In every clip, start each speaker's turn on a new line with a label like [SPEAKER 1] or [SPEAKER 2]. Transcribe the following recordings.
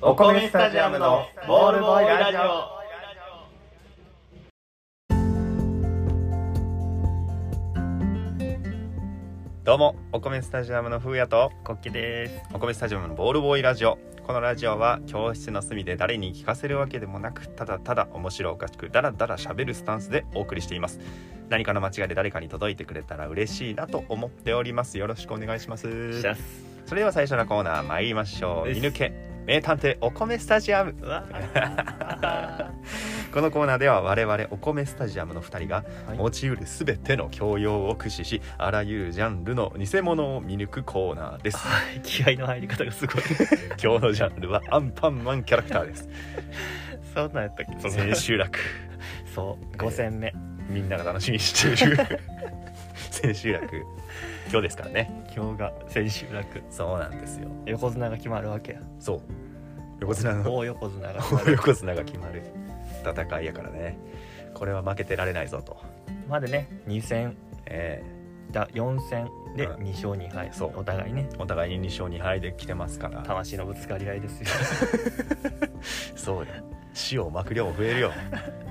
[SPEAKER 1] お米スタジアムのボールボーイラジオどうもお米スタジアムのふうやと
[SPEAKER 2] コッケです。
[SPEAKER 1] お米スタジアムのボールボーイラジオこのラジオは教室の隅で誰に聞かせるわけでもなくただただ面白おかしくダラダラ喋るスタンスでお送りしています何かの間違いで誰かに届いてくれたら嬉しいなと思っておりますよろしくお願いします
[SPEAKER 2] シャス。
[SPEAKER 1] それでは最初のコーナー参りましょう
[SPEAKER 2] です
[SPEAKER 1] 見抜け名探偵お米スタジアム
[SPEAKER 2] うわー
[SPEAKER 1] このコーナーでは我々お米スタジアムの2人が持ちうるすべての教養を駆使しあらゆるジャンルの偽物を見抜くコーナーです
[SPEAKER 2] はい気合の入り方がすごい。
[SPEAKER 1] 今日のジャンルはアンパンマンキャラクター です
[SPEAKER 2] そんなんやったっけ。
[SPEAKER 1] 千秋楽
[SPEAKER 2] そう。五戦目。
[SPEAKER 1] みんなが楽しみにしている 千秋 楽今日ですからね
[SPEAKER 2] 今日が千秋楽。
[SPEAKER 1] そうなんですよ
[SPEAKER 2] 横綱が決まるわけや。
[SPEAKER 1] そう横綱の
[SPEAKER 2] 大横綱が 決ま
[SPEAKER 1] 大
[SPEAKER 2] る。
[SPEAKER 1] 横綱が決まる戦いやからねこれは負けてられないぞと
[SPEAKER 2] までね二戦
[SPEAKER 1] え
[SPEAKER 2] だ四戦で
[SPEAKER 1] うん
[SPEAKER 2] 二勝二敗。
[SPEAKER 1] そう
[SPEAKER 2] お互いね
[SPEAKER 1] えお互いに2勝2敗で来てますから
[SPEAKER 2] 魂のぶつかり合いですよ。
[SPEAKER 1] そうよ死を巻く量も増えるよ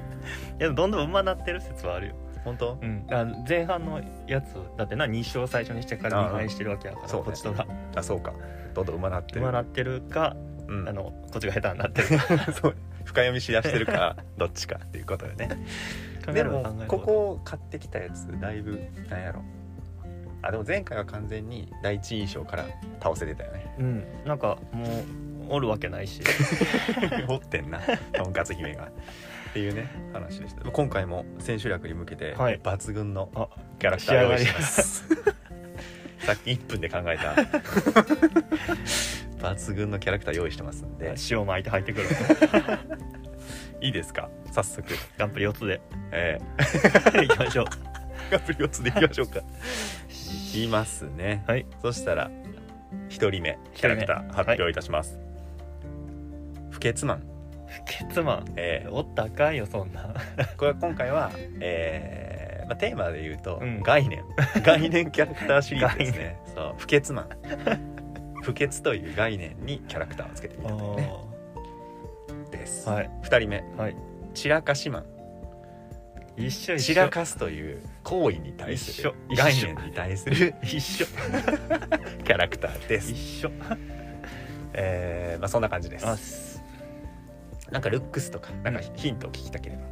[SPEAKER 2] いやどんどん馬なってる説はあるよ。
[SPEAKER 1] 本当
[SPEAKER 2] うん。あの前半のやつだってな二勝最初にしてから
[SPEAKER 1] ああ
[SPEAKER 2] 二敗してるわけやから。
[SPEAKER 1] そうね
[SPEAKER 2] こっちとら
[SPEAKER 1] あそうかどんどん馬なってる
[SPEAKER 2] 馬なってるか
[SPEAKER 1] うん
[SPEAKER 2] あのこっちが下手になって る。
[SPEAKER 1] そう深読みしだしてる かどっちかっていうことよねでもここを買ってきたやつだいぶなんやろあでも前回は完全に第一印象から倒せてたよね
[SPEAKER 2] うんなんかもうおるわけ ないし
[SPEAKER 1] 持ってんなとんかつ姫がっていうね話でした今回も千秋楽に向けて
[SPEAKER 2] はい
[SPEAKER 1] 抜群の
[SPEAKER 2] あ
[SPEAKER 1] キャラクターを用意してます さっき1分で考え た抜群のキャラクター用意してますんで
[SPEAKER 2] 塩巻いて入って くる
[SPEAKER 1] いいですか早速
[SPEAKER 2] ガンプリ4つで
[SPEAKER 1] え
[SPEAKER 2] いきましょう
[SPEAKER 1] ー、ガプリオツでいきましょうかいますね
[SPEAKER 2] はい
[SPEAKER 1] そしたら一人目キャラクター発表いたします、不潔マン、
[SPEAKER 2] 不潔マン
[SPEAKER 1] え
[SPEAKER 2] おったらあかんよそんな
[SPEAKER 1] ーこれは今回は、えーまあ、テーマで言うと、
[SPEAKER 2] うん
[SPEAKER 1] 概 念概念キャラクターシリーズですねそう不潔マン不潔という概念にキャラクターをつけてみたというねです、
[SPEAKER 2] はい
[SPEAKER 1] 2人目
[SPEAKER 2] はい
[SPEAKER 1] 散らかしマン
[SPEAKER 2] 一緒一
[SPEAKER 1] 散ら
[SPEAKER 2] 緒
[SPEAKER 1] かすという行為に対する
[SPEAKER 2] 一緒
[SPEAKER 1] 概念に対する
[SPEAKER 2] 一緒
[SPEAKER 1] キャラクターです
[SPEAKER 2] 一、緒
[SPEAKER 1] えーまあ、そんな感じです
[SPEAKER 2] あす
[SPEAKER 1] なんかルックスとかなんかヒントを聞きたければ、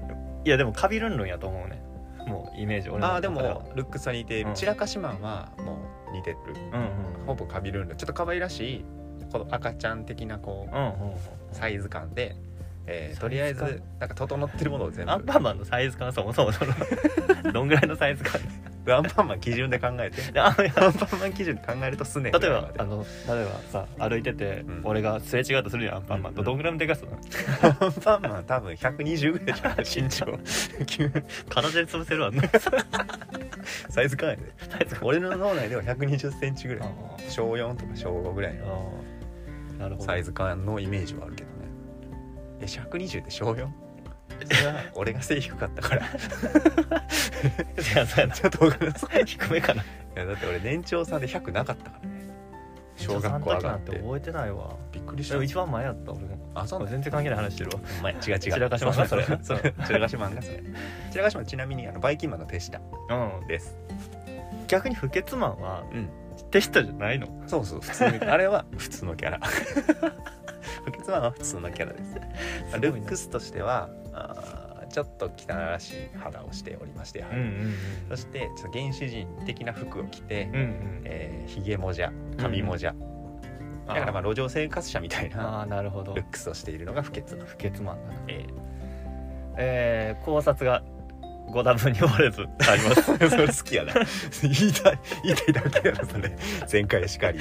[SPEAKER 2] いやでもカビルンルンやと思うねもうイメージ俺の
[SPEAKER 1] あーで
[SPEAKER 2] 中は
[SPEAKER 1] もルックスは似ている、
[SPEAKER 2] うん
[SPEAKER 1] 散らかしマンはもう似てる
[SPEAKER 2] うんうん
[SPEAKER 1] ほぼカビルンルンちょっと可愛らしいこの赤ちゃん的なこ
[SPEAKER 2] うんうん
[SPEAKER 1] うサイズ感で、えー
[SPEAKER 2] サ
[SPEAKER 1] と
[SPEAKER 2] イズ
[SPEAKER 1] りあえ
[SPEAKER 2] 感
[SPEAKER 1] ずなんか整ってるものを
[SPEAKER 2] う
[SPEAKER 1] 全
[SPEAKER 2] ん
[SPEAKER 1] 部
[SPEAKER 2] アンパンマンのサイズ感そもそ もそのどんぐらいのサイズ感
[SPEAKER 1] アンパンマン基準で考え て
[SPEAKER 2] であいや
[SPEAKER 1] アンパンマン基準で考えるとすね
[SPEAKER 2] 例えばあの例えばさ歩いてて、
[SPEAKER 1] うん
[SPEAKER 2] 俺がすれ違うとするやんアンパンマン
[SPEAKER 1] う
[SPEAKER 2] と
[SPEAKER 1] ん
[SPEAKER 2] どんぐらいのでかさなの
[SPEAKER 1] アンパンマン多分120ぐらいじゃない身長
[SPEAKER 2] 体で潰せるわ ね
[SPEAKER 1] サイズ感やで
[SPEAKER 2] サイズが
[SPEAKER 1] 俺の脳内では1 2 0ンチぐらい
[SPEAKER 2] あ
[SPEAKER 1] 小4とか小5ぐらいの
[SPEAKER 2] ーなるほど
[SPEAKER 1] サイズ感のイメージはあるけどねえ120って小 4? それは俺が背低か ったから
[SPEAKER 2] いやそうやな
[SPEAKER 1] ちょっとわからんない
[SPEAKER 2] 低めかない
[SPEAKER 1] やだって俺年長さんで100なかったからね小学校上がって
[SPEAKER 2] 小三の時なんて覚えてないわ
[SPEAKER 1] びっくりし
[SPEAKER 2] でも一
[SPEAKER 1] た
[SPEAKER 2] 番前やった俺も
[SPEAKER 1] あそう
[SPEAKER 2] こ
[SPEAKER 1] な
[SPEAKER 2] れ
[SPEAKER 1] ん
[SPEAKER 2] 全然関係ない話してるわ
[SPEAKER 1] お前違う違う
[SPEAKER 2] 散らかしマンが
[SPEAKER 1] それそれそ
[SPEAKER 2] それ
[SPEAKER 1] れ 散らかしマンがそれ散らかしマンちなみにあのバイキンマンの手下
[SPEAKER 2] うん
[SPEAKER 1] です
[SPEAKER 2] 逆に不潔マンは
[SPEAKER 1] うん
[SPEAKER 2] テストじゃないの
[SPEAKER 1] そうそう普通に あれは普通のキャラ不潔マンは普通のキャラです
[SPEAKER 2] すごいな
[SPEAKER 1] ルックスとしてはあーちょっと汚らしい肌をしておりまして、
[SPEAKER 2] うんうん
[SPEAKER 1] そしてちょっと原始人的な服を着て、
[SPEAKER 2] うんうんうん
[SPEAKER 1] えー、ひげもじゃ髪もじゃ、だからまあ路上生活者みたい
[SPEAKER 2] あ
[SPEAKER 1] な
[SPEAKER 2] あなるほど
[SPEAKER 1] ルックスをしているのが不潔な、
[SPEAKER 2] 不潔マンだな
[SPEAKER 1] え
[SPEAKER 2] えー考察が5段分に折れずあります
[SPEAKER 1] ー それ好きやな言いたい言いたいだけやなそれ前回しかり、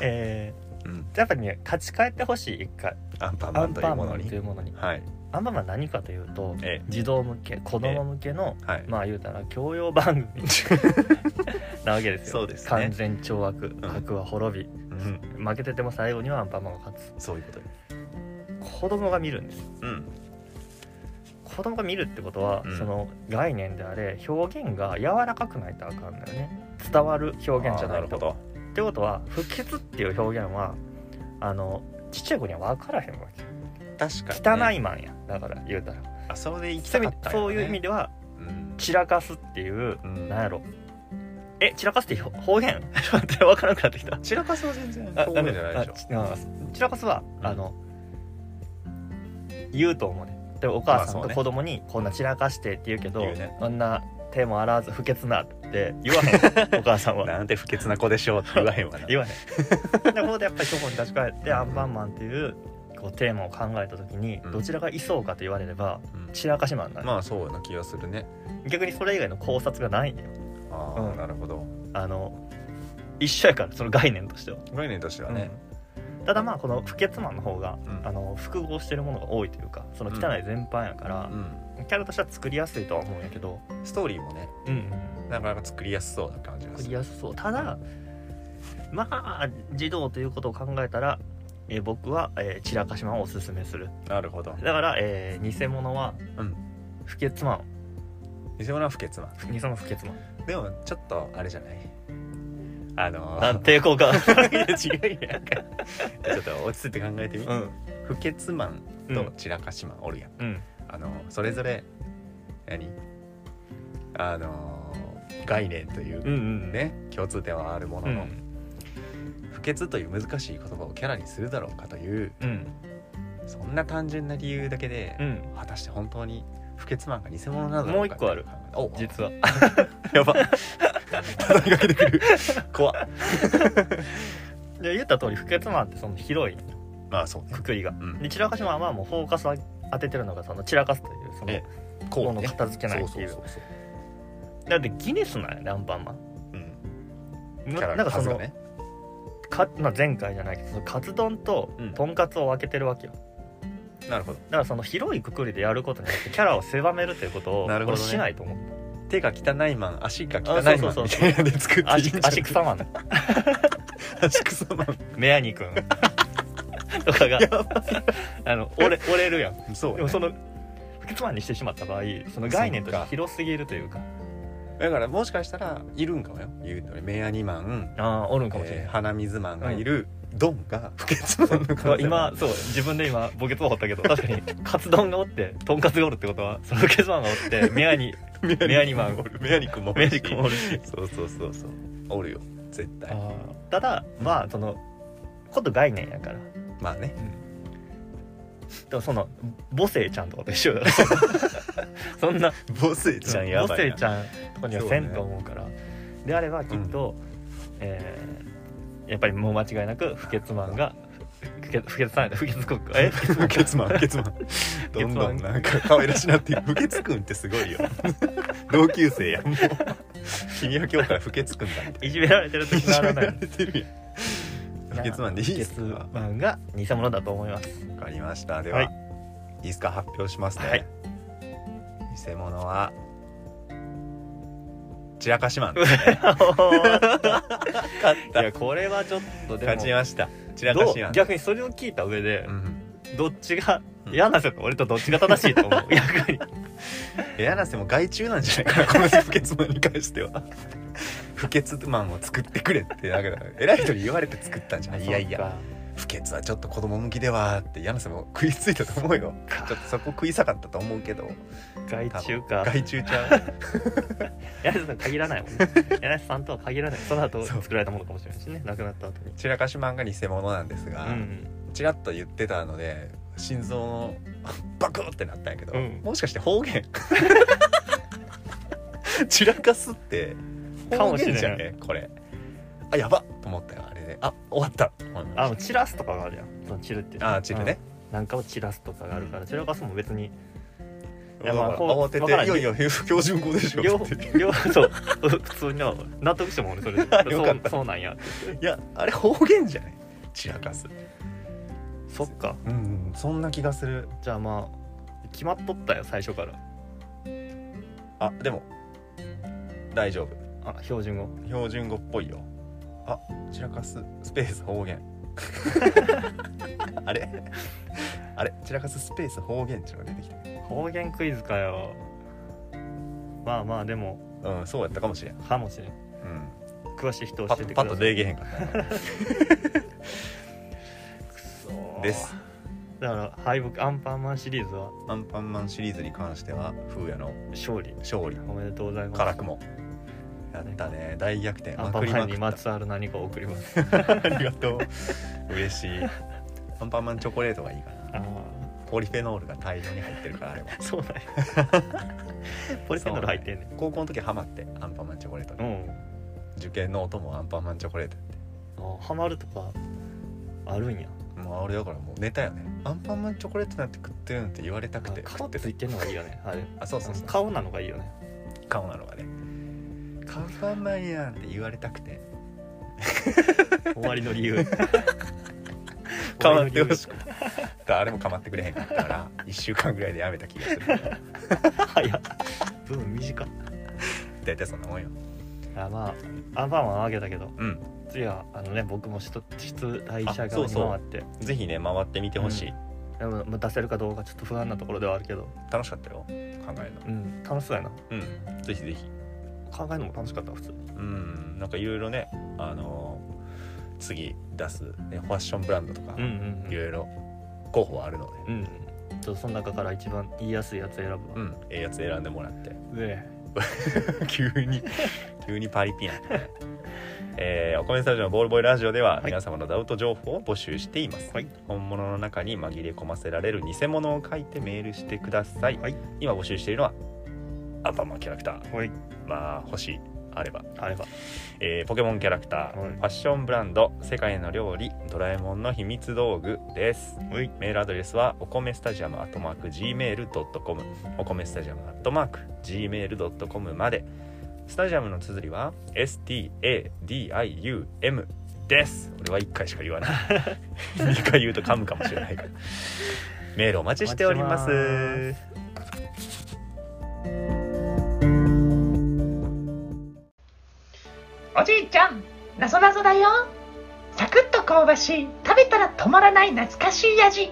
[SPEAKER 2] え
[SPEAKER 1] うん、
[SPEAKER 2] ーやっぱりね立ち返ってほしい一回
[SPEAKER 1] アンパン
[SPEAKER 2] ア
[SPEAKER 1] マン
[SPEAKER 2] ン
[SPEAKER 1] とい
[SPEAKER 2] パ
[SPEAKER 1] う
[SPEAKER 2] ン
[SPEAKER 1] も
[SPEAKER 2] マ
[SPEAKER 1] の
[SPEAKER 2] ン
[SPEAKER 1] に
[SPEAKER 2] というものに
[SPEAKER 1] はい
[SPEAKER 2] アンパンマン何かというと
[SPEAKER 1] え
[SPEAKER 2] 児童向け子供向けの、
[SPEAKER 1] ーはい、
[SPEAKER 2] まあ言うたら教養番組 なわけですよ
[SPEAKER 1] そうですね
[SPEAKER 2] 完全懲悪核は滅び、
[SPEAKER 1] うん、
[SPEAKER 2] 負けてても最後にはアンパンマンが勝つ
[SPEAKER 1] そういうことよ
[SPEAKER 2] 子供が見るんです
[SPEAKER 1] うん
[SPEAKER 2] 子供が見るってことは、
[SPEAKER 1] うん
[SPEAKER 2] その概念であれ表現が柔らかくないとあかんのよね伝わる表現じゃ
[SPEAKER 1] あーな
[SPEAKER 2] ない
[SPEAKER 1] る
[SPEAKER 2] と
[SPEAKER 1] ほど
[SPEAKER 2] ってことは不潔っていう表現はあのちっちゃい子には分からへんわけ
[SPEAKER 1] 確か
[SPEAKER 2] 汚
[SPEAKER 1] に、
[SPEAKER 2] いマンやだから言うたら
[SPEAKER 1] あそれで行きた
[SPEAKER 2] そうい
[SPEAKER 1] か
[SPEAKER 2] う
[SPEAKER 1] っ
[SPEAKER 2] 意味
[SPEAKER 1] たん
[SPEAKER 2] そういう意味では散らかすっていう
[SPEAKER 1] うん、うん
[SPEAKER 2] なんやろえ散らかすって方言 待って分からなくなってきた
[SPEAKER 1] 散らかすは全然
[SPEAKER 2] あ
[SPEAKER 1] 表面じゃないでしょ
[SPEAKER 2] ダメあちあ散らかすは、
[SPEAKER 1] うん
[SPEAKER 2] あの言うと思うねでお母さんと子供にこんな散らかしてって言うけど、
[SPEAKER 1] 言うね
[SPEAKER 2] こんな手も洗わず不潔なって言わ へんお母さんは
[SPEAKER 1] なんて不潔な子でしょうって言わへんわな
[SPEAKER 2] 言わへんでここでやっぱりそこに立ち返ってアンパンマンっていうこうテーマを考えた時に
[SPEAKER 1] うん
[SPEAKER 2] どちらがいそうかと言われれば
[SPEAKER 1] うん
[SPEAKER 2] 散らかしマンなんだ、
[SPEAKER 1] まあそうな気がするね
[SPEAKER 2] 逆にそれ以外の考察がないんだよ
[SPEAKER 1] ああ、
[SPEAKER 2] うん
[SPEAKER 1] なるほど
[SPEAKER 2] あの一緒やからその概念としては、
[SPEAKER 1] 概念としてはね、
[SPEAKER 2] ただまあこの不潔マンの方が、
[SPEAKER 1] うん
[SPEAKER 2] あの複合してるものが多いというかその汚い全般やから、キャラとしては作りやすいとは思うんやけど、
[SPEAKER 1] うんストーリーもね
[SPEAKER 2] うん、
[SPEAKER 1] なかなか作りやすそうな感じがする
[SPEAKER 2] 作りやすそうただまあ児童ということを考えたら、えー僕は、えー散らかしマンをおすすめする
[SPEAKER 1] なるほど
[SPEAKER 2] だから、えー偽物は
[SPEAKER 1] うん
[SPEAKER 2] 不潔マン
[SPEAKER 1] 偽物は不潔マン
[SPEAKER 2] 偽物不潔マン
[SPEAKER 1] でもちょっとあれじゃないあの
[SPEAKER 2] あ抵 抗感
[SPEAKER 1] 違うやんかちょっと落ち着いて考えてみ、
[SPEAKER 2] うん
[SPEAKER 1] 不潔マン
[SPEAKER 2] う
[SPEAKER 1] と
[SPEAKER 2] ん
[SPEAKER 1] 散らかしマンおるやん、
[SPEAKER 2] うん
[SPEAKER 1] あのそれぞれ何あの概念という
[SPEAKER 2] うんうん
[SPEAKER 1] ね、共通点はあるも
[SPEAKER 2] う
[SPEAKER 1] のの、
[SPEAKER 2] ん
[SPEAKER 1] 不潔という難しい言葉をキャラにするだろうかという
[SPEAKER 2] うん
[SPEAKER 1] そんな単純な理由だけで、
[SPEAKER 2] うん
[SPEAKER 1] 果たして本当に不潔マンが偽物なのだろか
[SPEAKER 2] もう一個ある
[SPEAKER 1] お
[SPEAKER 2] 実は
[SPEAKER 1] やば叩きかけてくる怖っ
[SPEAKER 2] で言った通り不潔マンってその広い
[SPEAKER 1] まあそうね
[SPEAKER 2] くくりが
[SPEAKER 1] うん
[SPEAKER 2] で散らかしマンはもうフォーカスを当ててるのがその散らかすというその
[SPEAKER 1] え
[SPEAKER 2] も
[SPEAKER 1] こ
[SPEAKER 2] の
[SPEAKER 1] う
[SPEAKER 2] を
[SPEAKER 1] ね
[SPEAKER 2] 片付けな
[SPEAKER 1] そ
[SPEAKER 2] い
[SPEAKER 1] う
[SPEAKER 2] って
[SPEAKER 1] そ
[SPEAKER 2] いうう
[SPEAKER 1] そうそう、
[SPEAKER 2] だってギネスなんやねアンパンマン
[SPEAKER 1] うん、キャラ
[SPEAKER 2] なな
[SPEAKER 1] の
[SPEAKER 2] んかそ
[SPEAKER 1] 数が
[SPEAKER 2] の
[SPEAKER 1] ね
[SPEAKER 2] か、まあ、前回じゃないけどそのカツ丼と
[SPEAKER 1] うん
[SPEAKER 2] とんかつを分けてるわけよ、
[SPEAKER 1] なるほど
[SPEAKER 2] だからその広いくくりでやることによってキャラを狭めるということを
[SPEAKER 1] なるほ
[SPEAKER 2] 俺
[SPEAKER 1] どね
[SPEAKER 2] しないと思う
[SPEAKER 1] 手が汚いマン足が汚い
[SPEAKER 2] あそう
[SPEAKER 1] マ
[SPEAKER 2] そ
[SPEAKER 1] ンみ
[SPEAKER 2] うそう
[SPEAKER 1] たいなんで作っていいんじゃない
[SPEAKER 2] 足足草マン
[SPEAKER 1] 足草マン
[SPEAKER 2] メアニ君 とかがあの折れ折れるやん
[SPEAKER 1] そうね、
[SPEAKER 2] でもその不潔マンにしてしまった場合その概念として広すぎるというか
[SPEAKER 1] だからもしかしたらいるんかもよ言うとねメアニマン、
[SPEAKER 2] ああーおるんかもしれ
[SPEAKER 1] えー、
[SPEAKER 2] ない、
[SPEAKER 1] 鼻水マンがいる、ドンが不潔マンの可能性もあ
[SPEAKER 2] 今
[SPEAKER 1] る
[SPEAKER 2] そう自分で今墓穴を掘ったけど確かにカツ丼がおってとんかつがおるってことはその不潔マンがお ってメアニメアニマン
[SPEAKER 1] おるメアニ君もおる
[SPEAKER 2] メア
[SPEAKER 1] し
[SPEAKER 2] ニ君もおるし
[SPEAKER 1] そうそうそうそうおるよ絶対
[SPEAKER 2] ただまあそのこと概念やから
[SPEAKER 1] まあね
[SPEAKER 2] でもその母性ちゃんとかと一緒だから そんな
[SPEAKER 1] ボスちゃんや
[SPEAKER 2] 母
[SPEAKER 1] ばい
[SPEAKER 2] 性
[SPEAKER 1] な
[SPEAKER 2] ちゃんとかにはせんと思うからであればきっと、えーやっぱりもう間違いなく不潔マンが不潔不潔さんやった不潔国え
[SPEAKER 1] 不潔マン不潔マ ンどんどんなんか可愛らしなっていく不潔くんってすご いよ同級生やんもう君は今日から不潔くんだって
[SPEAKER 2] いじめられてる時
[SPEAKER 1] いじ
[SPEAKER 2] な
[SPEAKER 1] め
[SPEAKER 2] ら
[SPEAKER 1] ら
[SPEAKER 2] ない
[SPEAKER 1] れてるや ん不潔マンでいいですか
[SPEAKER 2] 不
[SPEAKER 1] わ
[SPEAKER 2] 潔マンが偽物だと思い ます
[SPEAKER 1] かりましたでは、
[SPEAKER 2] はい
[SPEAKER 1] い
[SPEAKER 2] い、
[SPEAKER 1] ですか発表しますね、
[SPEAKER 2] はい
[SPEAKER 1] 偽物は散らかしマンです
[SPEAKER 2] いやこれはちょっとでも
[SPEAKER 1] 勝ちました散らか
[SPEAKER 2] ど
[SPEAKER 1] しマン
[SPEAKER 2] う逆にそれを聞いた上で、
[SPEAKER 1] うん
[SPEAKER 2] どっちが
[SPEAKER 1] うん
[SPEAKER 2] 柳瀬と俺とどっちが正しいと 思う逆に
[SPEAKER 1] 柳瀬も害虫なんじゃないかなこの不潔マンに関しては 不潔マンを作ってくれってだから偉い人に言われて作ったんじゃないいやいや不潔はちょっと子供向きではって柳瀬も食いついたと思うよ
[SPEAKER 2] そっか
[SPEAKER 1] ちょっとそこ食い下がったと思うけど
[SPEAKER 2] 外中か
[SPEAKER 1] 害虫ちゃう
[SPEAKER 2] 柳瀬さん限らない もんね柳瀬さんとは限らないその後
[SPEAKER 1] そう
[SPEAKER 2] 作られたものかもしれないしね亡くなった後に
[SPEAKER 1] 散らかしマンが偽物なんですが、
[SPEAKER 2] うん
[SPEAKER 1] ちらっと言ってたので心臓の バクッってなったんやけど、
[SPEAKER 2] うん
[SPEAKER 1] もしかして方 言散らかすって
[SPEAKER 2] か
[SPEAKER 1] 方
[SPEAKER 2] もし
[SPEAKER 1] 言
[SPEAKER 2] れない
[SPEAKER 1] じゃねこれあやばっと思ったよあれであ終わったと思いました
[SPEAKER 2] あの散らすとかがあるやんその散るって
[SPEAKER 1] あ散るね、
[SPEAKER 2] うんなんかを散らすとかがあるから散らかすも別にい
[SPEAKER 1] だ
[SPEAKER 2] や
[SPEAKER 1] から
[SPEAKER 2] まあこう
[SPEAKER 1] 慌て
[SPEAKER 2] わからん
[SPEAKER 1] ていやいや標準語でしょ
[SPEAKER 2] 両
[SPEAKER 1] って
[SPEAKER 2] 両そう普通に納得してもんね それで
[SPEAKER 1] よかった
[SPEAKER 2] そうそうなんや
[SPEAKER 1] いやあれ方言じゃね散らかす
[SPEAKER 2] そっか
[SPEAKER 1] うんうんそんな気がする
[SPEAKER 2] じゃあまあ決まっとったよ最初から
[SPEAKER 1] あでも大丈夫
[SPEAKER 2] あ標準語
[SPEAKER 1] 標準語っぽいよあ散らかすスペース方言 あれあれ散らかすスペース方言っていうのが出てきた
[SPEAKER 2] 方言クイズかよまあまあでも
[SPEAKER 1] うんそうやったかもしれん、
[SPEAKER 2] かもしれん
[SPEAKER 1] うん、
[SPEAKER 2] 詳しい人
[SPEAKER 1] パ
[SPEAKER 2] 教え
[SPEAKER 1] ッ
[SPEAKER 2] て
[SPEAKER 1] とパ
[SPEAKER 2] くだ
[SPEAKER 1] ッ
[SPEAKER 2] さ
[SPEAKER 1] と
[SPEAKER 2] い
[SPEAKER 1] 出えげへんかったなです
[SPEAKER 2] だから敗北アンパンマンシリーズは
[SPEAKER 1] アンパンマンシリーズに関しては風也の
[SPEAKER 2] 勝利
[SPEAKER 1] 勝利
[SPEAKER 2] おめでとうございます
[SPEAKER 1] 辛くもやったね大逆転
[SPEAKER 2] ア
[SPEAKER 1] ま
[SPEAKER 2] ンパ
[SPEAKER 1] く
[SPEAKER 2] ン
[SPEAKER 1] り
[SPEAKER 2] マ
[SPEAKER 1] ま
[SPEAKER 2] ン
[SPEAKER 1] く
[SPEAKER 2] に
[SPEAKER 1] っ
[SPEAKER 2] まつわる何かを送ります
[SPEAKER 1] たありがとう嬉しいアンパンマンチョコレートがいいかな
[SPEAKER 2] あ
[SPEAKER 1] ポリフェノールが大量に入ってるからあれは
[SPEAKER 2] あそう なんやポリフェノール入ってんね
[SPEAKER 1] 高校の時ハマってアンパンマンチョコレートに、
[SPEAKER 2] うん
[SPEAKER 1] 受験のお供はアンパンマンチョコレート
[SPEAKER 2] あハマるとかあるんや
[SPEAKER 1] もうあれだからもうネタよねアンパンマンチョコレートなんて食ってるなんて言われたくて
[SPEAKER 2] 顔
[SPEAKER 1] 食っ
[SPEAKER 2] っててつ
[SPEAKER 1] て
[SPEAKER 2] いてんのがいいよねあれ
[SPEAKER 1] あ そうそうそう
[SPEAKER 2] 顔なのがいいよね
[SPEAKER 1] 顔なのがねアンパンマンやんって言われたくて
[SPEAKER 2] 終わりの理 由
[SPEAKER 1] かまってほしくて誰もかまってくれへんかったから1週間ぐらいでやめた気がす る
[SPEAKER 2] 早っ分短っ
[SPEAKER 1] 大体そんなもんよ
[SPEAKER 2] あまあアンパンマンはあげたけど
[SPEAKER 1] うん
[SPEAKER 2] 次はあのね僕も出出題者
[SPEAKER 1] あそう
[SPEAKER 2] 側に
[SPEAKER 1] そう
[SPEAKER 2] 回って
[SPEAKER 1] ぜひね回ってみてほしい、
[SPEAKER 2] でもまあ出せるかどうかちょっと不安なところではあるけど、
[SPEAKER 1] 楽しかったよ考える
[SPEAKER 2] うん、楽しそうやな
[SPEAKER 1] のうんぜひぜひ
[SPEAKER 2] 考えるのも楽しかった普通に
[SPEAKER 1] うんなんかいろいろねあのー次出す、ね、ファッションブランドとか
[SPEAKER 2] うん
[SPEAKER 1] いろいろ候補はあるの
[SPEAKER 2] うん、うん、ちょっとその中から一番言いやすいやつ選ぶわ
[SPEAKER 1] で、うん、ええやつ選んでもらって
[SPEAKER 2] うえ
[SPEAKER 1] 急 に急にパリピやん、えーお米スタジオのボールボーイラジオでは
[SPEAKER 2] はい
[SPEAKER 1] 皆様のダウト情報を募集しています、
[SPEAKER 2] はい
[SPEAKER 1] 本物の中に紛れ込ませられる偽物を書いてメールしてください、
[SPEAKER 2] はい
[SPEAKER 1] 今募集しているのはアンパンマンキャラクター
[SPEAKER 2] はい
[SPEAKER 1] まあ欲しいあれば、
[SPEAKER 2] あれば
[SPEAKER 1] えーポケモンキャラクター、
[SPEAKER 2] はい
[SPEAKER 1] ファッションブランド世界の料理ドラえもんの秘密道具です
[SPEAKER 2] はい
[SPEAKER 1] メールアドレスはお米スタジアムアットマーク Gmail.com お米スタジアムアットマーク Gmail.com までスタジアムの綴りは STADIUM です俺は1回しか言 わない2回言うと噛むかもしれないからメールお待ちしておりま
[SPEAKER 2] お待ち
[SPEAKER 1] す
[SPEAKER 3] おじいちゃん、なぞなぞだよ。サクッと香ばしい、食べたら止まらない懐かしい味。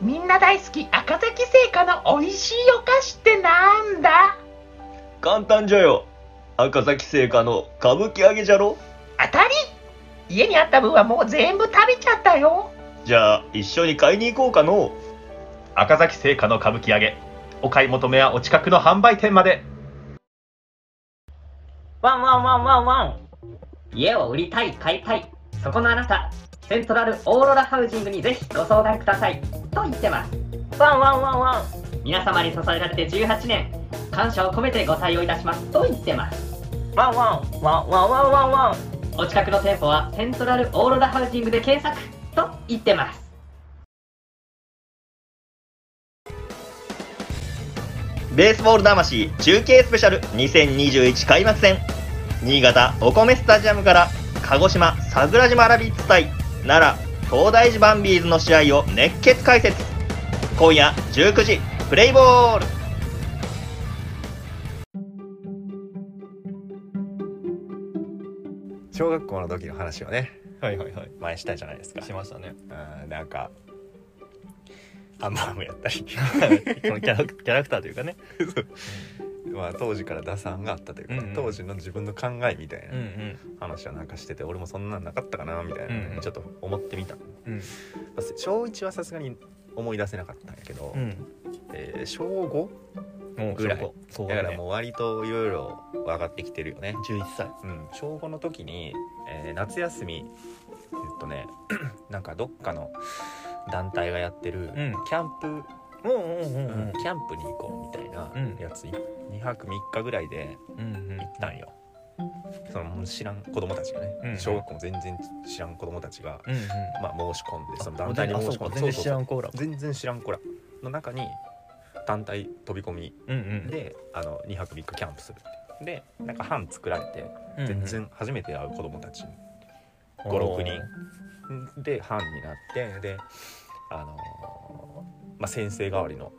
[SPEAKER 3] みんな大好き赤崎製菓の美味しいお菓子ってなんだ
[SPEAKER 4] 簡単じゃよ赤崎製菓の歌舞伎揚げじゃろ
[SPEAKER 3] 当たり家にあった分はもう全部食べちゃったよ。
[SPEAKER 4] じゃあ一緒に買いに行こうかの
[SPEAKER 5] 赤崎製菓の歌舞伎揚げお買い求めはお近くの販売店まで
[SPEAKER 6] ワンワンワンワンワン家を売りたい買いたいそこのあなたセントラルオーロラハウジングにぜひご相談くださいと言ってますワンワンワンワン皆様に支えられて18年感謝を込めてご対応いたしますと言ってますワンワンワンワンワンワンワンお近くの店舗はセントラルオーロラハウジングで検索と言ってます
[SPEAKER 4] ベースボール魂中継スペシャル2021開幕戦新潟お米スタジアムから鹿児島桜島ラビッツ対奈良東大寺バンビーズの試合を熱血解説今夜19時プレイボール
[SPEAKER 1] 小学校の時の話をね
[SPEAKER 2] はいはいはい
[SPEAKER 1] 前したじゃないですか
[SPEAKER 2] しましたね
[SPEAKER 1] あーなんかアンバームやった り
[SPEAKER 2] このキャラクキャラクターというかね
[SPEAKER 1] まあ当時から打算があったというか、
[SPEAKER 2] うんうん
[SPEAKER 1] 当時の自分の考えみたいな、
[SPEAKER 2] ん
[SPEAKER 1] 話はなんかしてて俺もそんなんなかったかなみたいなね、
[SPEAKER 2] うんうん
[SPEAKER 1] ちょっと思ってみた、ま
[SPEAKER 2] うん
[SPEAKER 1] あ小1はさすがに思い出せなかったんやけど、
[SPEAKER 2] うん
[SPEAKER 1] えー小 5?
[SPEAKER 2] もう
[SPEAKER 1] ぐらい
[SPEAKER 2] そこそう
[SPEAKER 1] だ
[SPEAKER 2] だ
[SPEAKER 1] か
[SPEAKER 2] から
[SPEAKER 1] ら
[SPEAKER 2] も
[SPEAKER 1] もう割といろいろ分かってきてるよね、
[SPEAKER 2] う11歳
[SPEAKER 1] うん、小5の時に、えー夏休みえっとね なんかどっかの団体がやってる
[SPEAKER 2] うん
[SPEAKER 1] キャンプ、
[SPEAKER 2] うんうんう
[SPEAKER 1] キャンプに行こうみたいな
[SPEAKER 2] うん
[SPEAKER 1] やつ、2泊3日ぐらいで
[SPEAKER 2] うんうん
[SPEAKER 1] 行ったんよそのもう知らん子供たちがね、
[SPEAKER 2] うん
[SPEAKER 1] 小学校も全然知らん子供たちが、
[SPEAKER 2] うん
[SPEAKER 1] まあ、申し込んでその
[SPEAKER 2] う
[SPEAKER 1] 団
[SPEAKER 2] ん
[SPEAKER 1] 体に
[SPEAKER 2] あ
[SPEAKER 1] 申
[SPEAKER 2] そう
[SPEAKER 1] し込ん
[SPEAKER 2] か
[SPEAKER 1] で
[SPEAKER 2] 全然知ら
[SPEAKER 1] ん
[SPEAKER 2] んコーラ
[SPEAKER 1] 全然知らん子らの中に団体飛び込み
[SPEAKER 2] うんうん
[SPEAKER 1] で、あの2泊3日キャンプするってでなんか班作られて
[SPEAKER 2] うんうん
[SPEAKER 1] 全然初めて会う子供たち56人で班になってであのーまあ、先生代わりの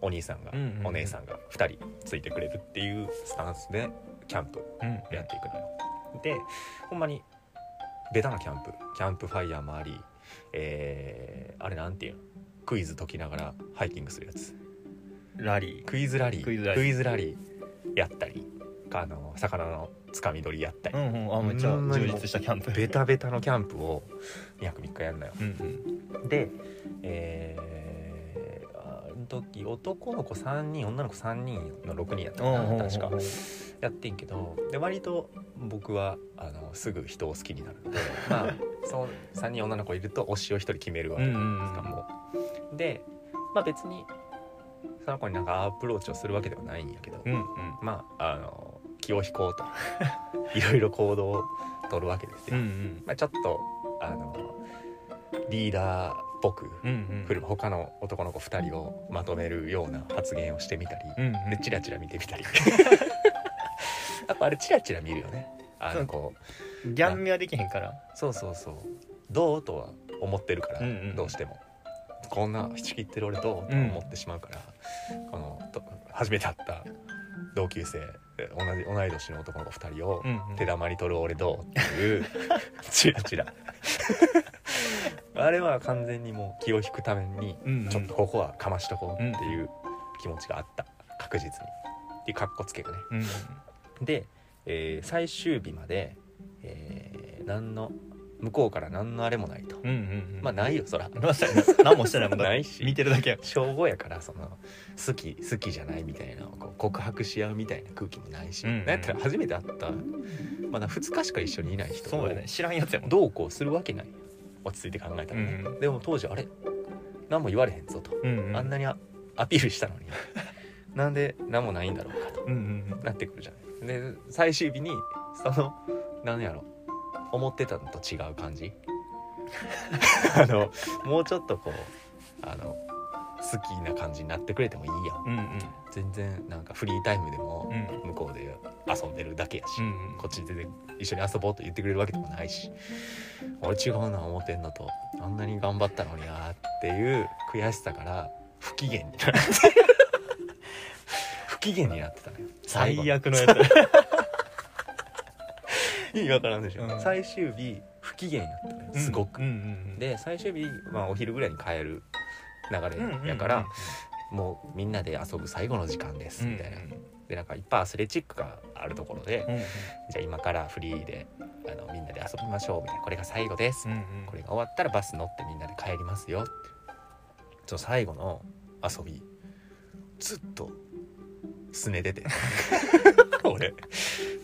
[SPEAKER 1] お兄さんが、
[SPEAKER 2] うんうんうん
[SPEAKER 1] お姉さんが2人ついてくれるっていうスタンスでキャンプ
[SPEAKER 2] うん
[SPEAKER 1] やっていくのよ。でほんまにベタなキャンプキャンプファイヤーもあり、えーあれなんていうのクイズ解きながらハイキングするやつ
[SPEAKER 2] ラリー
[SPEAKER 1] クイズラリー
[SPEAKER 2] クイズラリー
[SPEAKER 1] ラリーやったりあの魚のつかみ取りやったり、
[SPEAKER 2] うんうんあめっちゃ充実したキャンプ
[SPEAKER 1] ベタベタのキャンプを2泊3日やるのよ
[SPEAKER 2] うんうん
[SPEAKER 1] でえー、あの時男の子3人女の子3人の6人やった
[SPEAKER 2] うんうん
[SPEAKER 1] か
[SPEAKER 2] うんう
[SPEAKER 1] なん確かやってんけどで割と僕はあのすぐ人を好きになるの でまあその3人女の子いると推しを1人決めるわけじゃないですか、
[SPEAKER 2] うんうん
[SPEAKER 1] もう。でまあ別にその子になんかアプローチをするわけではないんやけど、
[SPEAKER 2] うんうん
[SPEAKER 1] まああの気を引こうと いろいろ行動を取るわけです
[SPEAKER 2] う
[SPEAKER 1] よ。
[SPEAKER 2] ん
[SPEAKER 1] まあ、ちょっとあのリーダーっぽく
[SPEAKER 2] うんうん
[SPEAKER 1] 振る他の男の子2人をまとめるような発言をしてみたり、
[SPEAKER 2] うんうん
[SPEAKER 1] でチラチラ見てみた りやっぱあれチラチラ見るよねあのこう
[SPEAKER 2] ギャン味はできへんから
[SPEAKER 1] そうそうそうどうとは思ってるから、
[SPEAKER 2] うんうん
[SPEAKER 1] どうしてもこんな仕切ってる俺どうと
[SPEAKER 2] うん
[SPEAKER 1] 思ってしまうから、このと初めて会った同級生え同じ同い年の男の子2人を
[SPEAKER 2] うんうん
[SPEAKER 1] 手玉に取る俺どうっていう チラチラ あれは完全にもう気を引くために
[SPEAKER 2] うんうん
[SPEAKER 1] ちょっとここはかましとこうっていう気持ちがあった確実にっていうかっこつけがね
[SPEAKER 2] うん
[SPEAKER 1] で、えー最終日まで、えー何の向こうから何のあれもないと、
[SPEAKER 2] うんうんうん
[SPEAKER 1] まあないよそら
[SPEAKER 2] どうしたら何もしてないもんだ
[SPEAKER 1] ないし
[SPEAKER 2] 見てるだけや
[SPEAKER 1] 小5やからその好き好きじゃないみたいなこう告白し合うみたいな空気もないし、
[SPEAKER 2] う
[SPEAKER 1] なんんやったら初めて会った、まだ2日しか一緒にいない人
[SPEAKER 2] そうやね知らんやつやもん
[SPEAKER 1] どうこうするわけない落ち着いて考えたらね、
[SPEAKER 2] うんう
[SPEAKER 1] でも当時あれ何も言われへんぞと、
[SPEAKER 2] うんうん
[SPEAKER 1] あんなにアアピールしたのに なんで何もないんだろうかと
[SPEAKER 2] うんうん
[SPEAKER 1] なってくるじゃないで最終日にその何やろ思ってたのと違う感じ あのもうちょっとこうあの好きな感じになってくれてもいいやん
[SPEAKER 2] うんうん
[SPEAKER 1] 全然なんかフリータイムでも
[SPEAKER 2] うん
[SPEAKER 1] 向こうで遊んでるだけやし、
[SPEAKER 2] うんうん
[SPEAKER 1] こっちで一緒に遊ぼうと言ってくれるわけでもないし俺違うな思ってんのとあんなに頑張ったのになっていう悔しさから不機嫌になって 不機嫌になってたのよ最後
[SPEAKER 2] 最悪のやつ
[SPEAKER 1] 意味わからんでしょ、
[SPEAKER 2] うん
[SPEAKER 1] 最終日不機嫌になったのよすごく、
[SPEAKER 2] うんうん
[SPEAKER 1] で最終日、まあ、お昼ぐらいに帰る流れやから、もうみんなで遊ぶ最後の時間ですみたいな、でなんかいっぱいアスレチックがあるところで、
[SPEAKER 2] うんうん
[SPEAKER 1] じゃあ今からフリーであのみんなで遊びましょうみたいなこれが最後です、
[SPEAKER 2] うんうん
[SPEAKER 1] これが終わったらバス乗ってみんなで帰りますよってそう最後の遊びずっとすね出て俺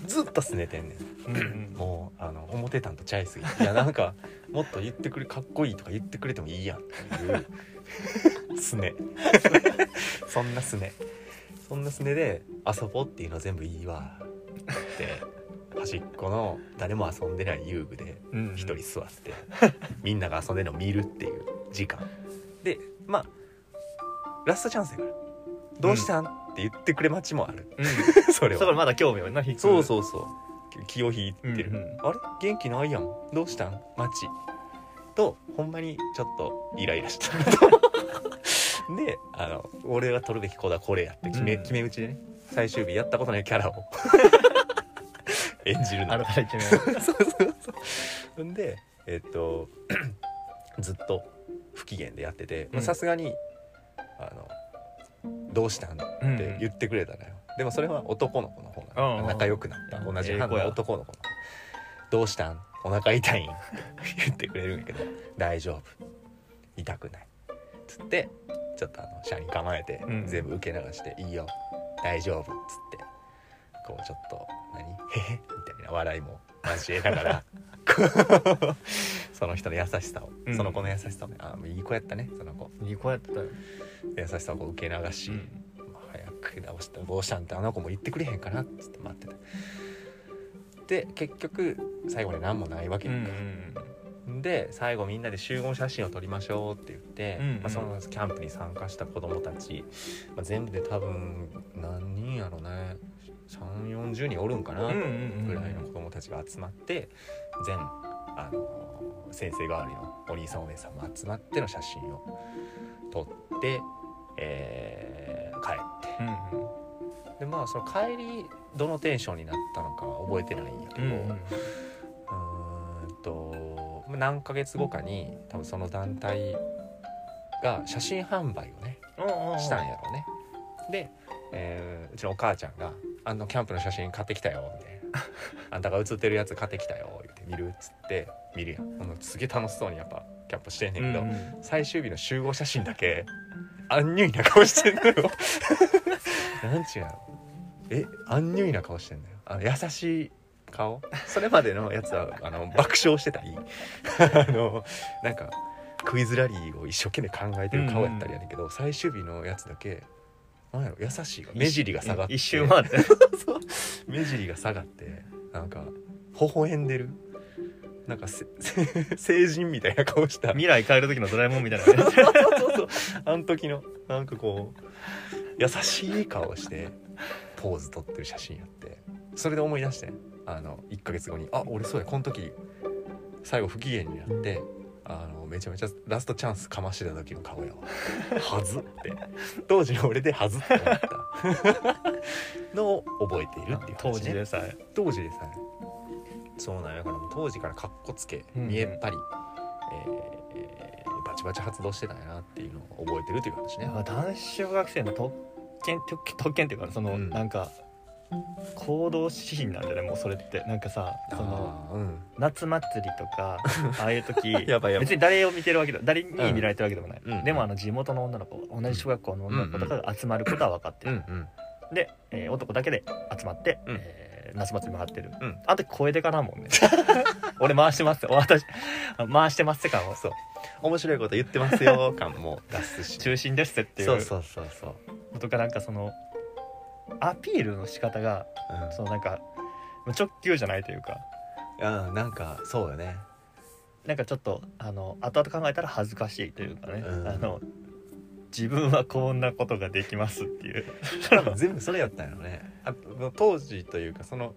[SPEAKER 1] ずっとすねてんねん
[SPEAKER 2] うんうん
[SPEAKER 1] もうあの思ってたんとちゃいすぎていやなんかもっと言ってくれかっこいいとか言ってくれてもいいやんっていうすね そんなすねそんなすねで遊ぼうっていうの全部いいわって端っこの誰も遊んでない遊具で
[SPEAKER 2] うんうん
[SPEAKER 1] 一人座って みんなが遊んでるのを見るっていう時間でまあラストチャンスやから「どうしたん?」って言ってくれ待ちもある
[SPEAKER 2] うん
[SPEAKER 1] それは
[SPEAKER 2] そこまだ興味はな引く
[SPEAKER 1] そうそうそう気を引いてる、
[SPEAKER 2] うんうん
[SPEAKER 1] あれ元気ないやんどうしたんマチとほんまにちょっとイライラした のとであの俺が取るべき行動はこれやって決め,、
[SPEAKER 2] うん
[SPEAKER 1] 決め打ちでね最終日やったことないキャラを 演じるの
[SPEAKER 2] あなた一面
[SPEAKER 1] そうそうそう。んで、えっと、 ずっと不機嫌でやってて、ま
[SPEAKER 2] う
[SPEAKER 1] あ
[SPEAKER 2] ん
[SPEAKER 1] さすがに、あの、どうしたんっ
[SPEAKER 2] うん
[SPEAKER 1] て言ってくれたのよ。でもそれは男の子の方な
[SPEAKER 2] うん
[SPEAKER 1] の
[SPEAKER 2] うん
[SPEAKER 1] 仲良くなった。
[SPEAKER 2] うん
[SPEAKER 1] 同じ
[SPEAKER 2] ええ
[SPEAKER 1] 班
[SPEAKER 2] 子や
[SPEAKER 1] の男の子の。どうしたんお腹痛いん言ってくれるんやけど、大丈夫。痛くない。つって、ちょっとあの、車に構えて
[SPEAKER 2] う、ん
[SPEAKER 1] 全部受け流して、いいよ、大丈夫。つって、こうちょっと何「へへ」みたいな笑いも交えながら こうその人の優しさを、
[SPEAKER 2] うん
[SPEAKER 1] その子の優しさをねあいい子やったねその子
[SPEAKER 2] いい子やったよ
[SPEAKER 1] 優しさをこう受け流し、まあ早く直したどうしたんってあの子も言ってくれへんかなっつって待ってたで結局最後に何もないわけ
[SPEAKER 2] う
[SPEAKER 1] や
[SPEAKER 2] んうんん
[SPEAKER 1] か、で最後みんなで集合写真を撮りましょうって言って、
[SPEAKER 2] うんうん
[SPEAKER 1] まあ、そのキャンプに参加した子どもたち、まあ、全部で多分何人やろね3 4 0人おるんかな、
[SPEAKER 2] うんうん
[SPEAKER 1] ぐらいの子どもたちが集まって全あの先生代わりのお兄さんお姉さんも集まっての写真を撮って、えー帰っ
[SPEAKER 2] うん
[SPEAKER 1] てでまあその帰りどのテンションになったのかは覚えてないんやけ
[SPEAKER 2] う
[SPEAKER 1] ど、
[SPEAKER 2] んうん
[SPEAKER 1] うーんとまあ何ヶ月後かに多分その団体が写真販売をね
[SPEAKER 2] うんうん
[SPEAKER 1] したんやろうね。で、えーうちのお母ちゃんがあのキャンプの写真買ってきたよ」 みたいな「あんたが写ってるやつ買ってきたよ」言って見るっつって見るやんほんならすげえ楽しそうにやっぱキャンプしてんねんけど、最終日の集合写真だけアンニュイな顔してんのよなんちゅうやろえアンニュイな顔してんのよあの優しい顔それまでのやつはあの爆笑してたり あのなんかクイズラリーを一生懸命考えてる顔やったりやねんけど、最終日のやつだけなんやろ優しいが目尻が下がって
[SPEAKER 2] 一周回 って
[SPEAKER 1] 目尻が下がってなんか微笑んでるなんかせ 成人みたいな顔した
[SPEAKER 2] 未来変える時のドラえもんみたいなね
[SPEAKER 1] そうそうあの時のなんかこう優しい顔してポーズ撮ってる写真やってそれで思い出してあの1ヶ月後に「あ俺そうやこの時最後不機嫌になってあのめちゃめちゃラストチャンスかましてた時の顔やわ」はずって当時の俺ではずって思ったのを覚えているっていう話
[SPEAKER 2] 当時でさえ
[SPEAKER 1] 当時でさえそうなんやだからもう当時からかっこつけ
[SPEAKER 2] うん
[SPEAKER 1] 見えっぱり、えーえーバチバチ発動してたんやなっていうのを覚えてるという話ね
[SPEAKER 2] なんか男子小学生の特権特特権っていうかその、
[SPEAKER 1] うん
[SPEAKER 2] なんか行動指針なんじゃないもうそれってなんかさその
[SPEAKER 1] あーうん
[SPEAKER 2] 夏祭りと かああいう時
[SPEAKER 1] やばいやばい
[SPEAKER 2] 別に誰を見てるわけで誰に見られてるわけでもない、
[SPEAKER 1] うん
[SPEAKER 2] でもあの地元の女の子同じ小学校の女の子とかが集まることは分かって
[SPEAKER 1] う
[SPEAKER 2] る、
[SPEAKER 1] んうん
[SPEAKER 2] で、えー男だけで集まって、
[SPEAKER 1] うん
[SPEAKER 2] えー夏祭り回ってる、
[SPEAKER 1] うん
[SPEAKER 2] あの時声でかなもんね 俺回してます私 回してますって感を
[SPEAKER 1] そう面白いこと言ってますよ感も出すし
[SPEAKER 2] 中心ですってい う
[SPEAKER 1] そう
[SPEAKER 2] こ
[SPEAKER 1] そうそうそう、
[SPEAKER 2] とかなんかそのアピールの仕方が
[SPEAKER 1] うん
[SPEAKER 2] そのなんか直球じゃないというか
[SPEAKER 1] うん、なんかそうよ ね
[SPEAKER 2] なんかちょっとあの後々考えたら恥ずかしいというかね、
[SPEAKER 1] うん
[SPEAKER 2] あの自分はこんなことができますっていう
[SPEAKER 1] 多分全部それやったんやろねあ当時というかその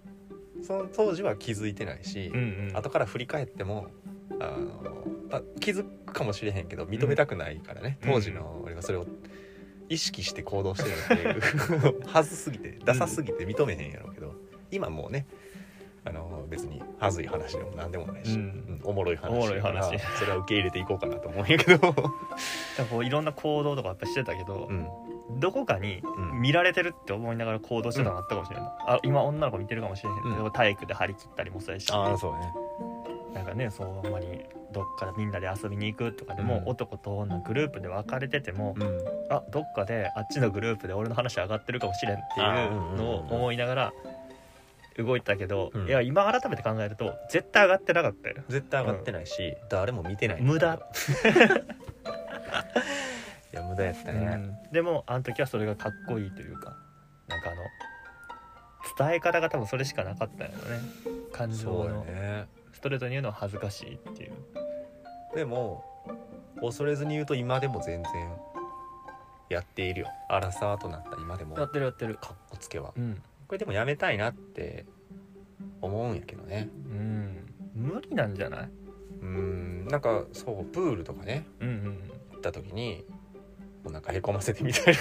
[SPEAKER 1] その当時は気づいてないし、
[SPEAKER 2] ん
[SPEAKER 1] 後から振り返ってもあのあ気づくかもしれへんけど認めたくないからね、
[SPEAKER 2] うん
[SPEAKER 1] 当時の俺はそれを意識して行動してるっていう はずすぎてダサすぎて認めへんやろうけど、今もうねあの別にはずい話でも何でもないし、
[SPEAKER 2] うん
[SPEAKER 1] うんおもろい話
[SPEAKER 2] おもろい話
[SPEAKER 1] だからそれは受け入れていこうかなと思うんやけど、
[SPEAKER 2] だからこういろんな行動とかやっぱしてたけど、
[SPEAKER 1] うん
[SPEAKER 2] どこかに
[SPEAKER 1] うん
[SPEAKER 2] 見られてるって思いながら行動してたのあったかもしれない、あ今女の子見てるかもしれへんけど、
[SPEAKER 1] う
[SPEAKER 2] 体育で張り切ったりもそうやし
[SPEAKER 1] ああそうね
[SPEAKER 2] なんかねそうあんまりどっかみんなで遊びに行くとかでも、
[SPEAKER 1] うん
[SPEAKER 2] 男と女グループで分かれてても、
[SPEAKER 1] うん
[SPEAKER 2] あどっかであっちのグループで俺の話上がってるかもしれんっていうのを思いながら動いたけど、
[SPEAKER 1] うん
[SPEAKER 2] いや今改めて考えると絶対上がってなかったよ
[SPEAKER 1] 絶対上がってないし、誰も見て ない
[SPEAKER 2] 無駄、
[SPEAKER 1] いや無駄やったね、
[SPEAKER 2] でもあの時はそれがかっこいいというかなんかあの伝え方が多分それしかなかったよね感情
[SPEAKER 1] そうよ
[SPEAKER 2] の
[SPEAKER 1] ね
[SPEAKER 2] ストレートに言うのは恥ずかしいっていう
[SPEAKER 1] でも恐れずに言うと今でも全然やっているよアラサーとなった今でもか
[SPEAKER 2] てるやってる
[SPEAKER 1] っこつけは
[SPEAKER 2] うん、
[SPEAKER 1] これでもやめたいなって思うんやけどね
[SPEAKER 2] うん、無理なんじゃないう
[SPEAKER 1] ーんなんかそうプールとかね
[SPEAKER 2] うんうん
[SPEAKER 1] 行った時にお腹へこませてみたり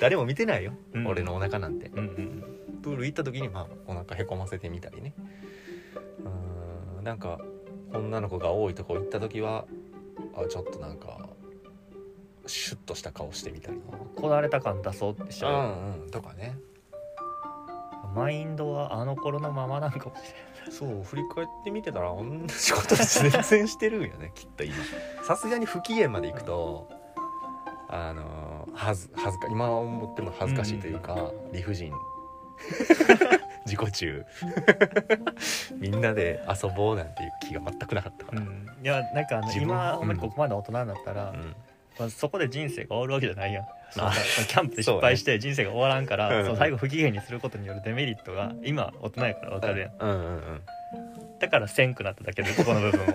[SPEAKER 1] 誰も見てないよ、
[SPEAKER 2] うん
[SPEAKER 1] 俺のお腹なんて
[SPEAKER 2] うんうん
[SPEAKER 1] プール行った時にまあお腹へこませてみたりねうーんなんか女の子が多いとこ行った時はあちょっとなんかシュッとした顔してみたり
[SPEAKER 2] こだわれた感出そうってしち
[SPEAKER 1] う
[SPEAKER 2] ゃう、
[SPEAKER 1] んうんとかね
[SPEAKER 2] マインドはあの頃のままなんかもし
[SPEAKER 1] そう振り返ってみてたら同じこと全然してるんよねきっと今さすがに不機嫌までいくとあのー恥ず恥ずか今思っても恥ずかしいというか、理不尽自己中みんなで遊ぼうなんていう気が全くなかったか
[SPEAKER 2] れ
[SPEAKER 1] ら、
[SPEAKER 2] ない、いやなんかあの
[SPEAKER 1] 自分
[SPEAKER 2] 今ほんまにここまで大人になったら、
[SPEAKER 1] うん
[SPEAKER 2] まあ、そこで人生が終わるわけじゃないやんそんな
[SPEAKER 1] あ
[SPEAKER 2] キャンプで失敗して人生が終わらんから
[SPEAKER 1] そう
[SPEAKER 2] そ、
[SPEAKER 1] ねうん
[SPEAKER 2] の最後不機嫌にすることによるデメリットが今大人やから分かるやん
[SPEAKER 1] うんうんうん
[SPEAKER 2] だからせんくなっただけでここの 部分を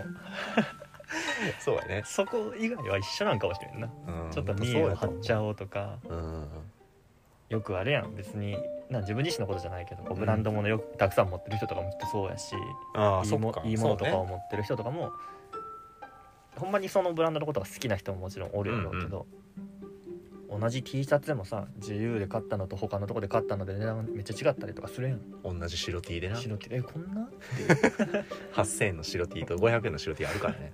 [SPEAKER 1] そうやね、
[SPEAKER 2] そこ以外は一緒なんかもしれんな
[SPEAKER 1] うん、
[SPEAKER 2] ちょっと見栄を張っちゃ
[SPEAKER 1] う
[SPEAKER 2] おうとか
[SPEAKER 1] うんうんうん
[SPEAKER 2] よくあれやん別になん自分自身のことじゃないけどこうブランドものよくたくさん持ってる人とかもきっとそうやし
[SPEAKER 1] ああ
[SPEAKER 2] い
[SPEAKER 1] そ
[SPEAKER 2] い
[SPEAKER 1] っ
[SPEAKER 2] も
[SPEAKER 1] か
[SPEAKER 2] いいものとか
[SPEAKER 1] そう
[SPEAKER 2] を持ってる人とかも、ほんまにそのブランドのことが好きな人ももちろんおるやろうけど、同じ T シャツでもさ自由で買ったのと他のとこで買ったので値段めっちゃ違ったりとかするやん
[SPEAKER 1] ね同じ白 T でな
[SPEAKER 2] 白 T えこんな
[SPEAKER 1] 8,000円の白 T と500円の白 T あるからね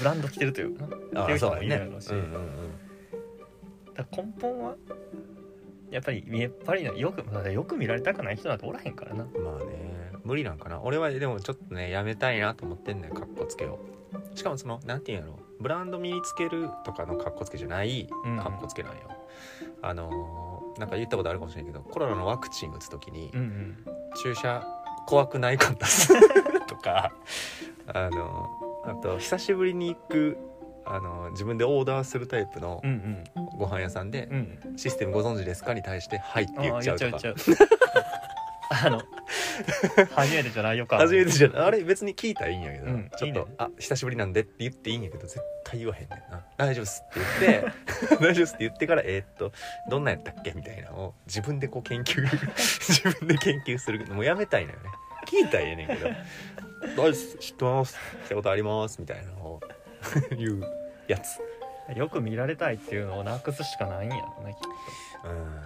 [SPEAKER 2] ブランド着てるというか
[SPEAKER 1] あ
[SPEAKER 2] なってい
[SPEAKER 1] あ
[SPEAKER 2] う人
[SPEAKER 1] そう
[SPEAKER 2] も
[SPEAKER 1] や
[SPEAKER 2] い
[SPEAKER 1] ね
[SPEAKER 2] るやろうし
[SPEAKER 1] うんうんうん
[SPEAKER 2] だから根本はやっぱり見えっぱりなよくまあよく見られたくない人なんておらへんからな
[SPEAKER 1] まあね無理なんかな俺はでもちょっとねやめたいなと思ってんねんかっこつけをしかもそのなんていうんやろブランド身につけるとかのかっこつけじゃない
[SPEAKER 2] うん
[SPEAKER 1] かっこつけなんよ、あのーなんか言ったことあるかもしれんけどコロナのワクチン打つ時に
[SPEAKER 2] うん
[SPEAKER 1] 注射怖くないかった とかあのーあと久しぶりに行くあのー自分でオーダーするタイプの
[SPEAKER 2] うんうん
[SPEAKER 1] ご飯屋さんで
[SPEAKER 2] うんう
[SPEAKER 1] 「
[SPEAKER 2] ん
[SPEAKER 1] システムご存知ですか?」に対して「はい」って言
[SPEAKER 2] あ
[SPEAKER 1] っ
[SPEAKER 2] あ
[SPEAKER 1] ちゃ
[SPEAKER 2] 言っ
[SPEAKER 1] う
[SPEAKER 2] ちゃう
[SPEAKER 1] と
[SPEAKER 2] 言っち
[SPEAKER 1] か
[SPEAKER 2] ゃ うあの初めてじゃないよか
[SPEAKER 1] 初めてじゃないあれ別に聞いたらいいんやけど、
[SPEAKER 2] うん
[SPEAKER 1] ちょっと
[SPEAKER 2] いいね
[SPEAKER 1] あ久しぶりなんで」って言っていいんやけど絶対言わへんねんな「大丈夫っす」って言っ て「大丈夫っす」って言ってから「えーっとどんなんやったっけ?」みたいなのを自分でこう研究 自分で研究するもうやめたいのよね聞いたらええねんけど「大丈夫っす知ってます」「したことあります」みたいなのを 言うやつ
[SPEAKER 2] よく見られたいっていうのをなくすしかないんやろねきっ
[SPEAKER 1] うん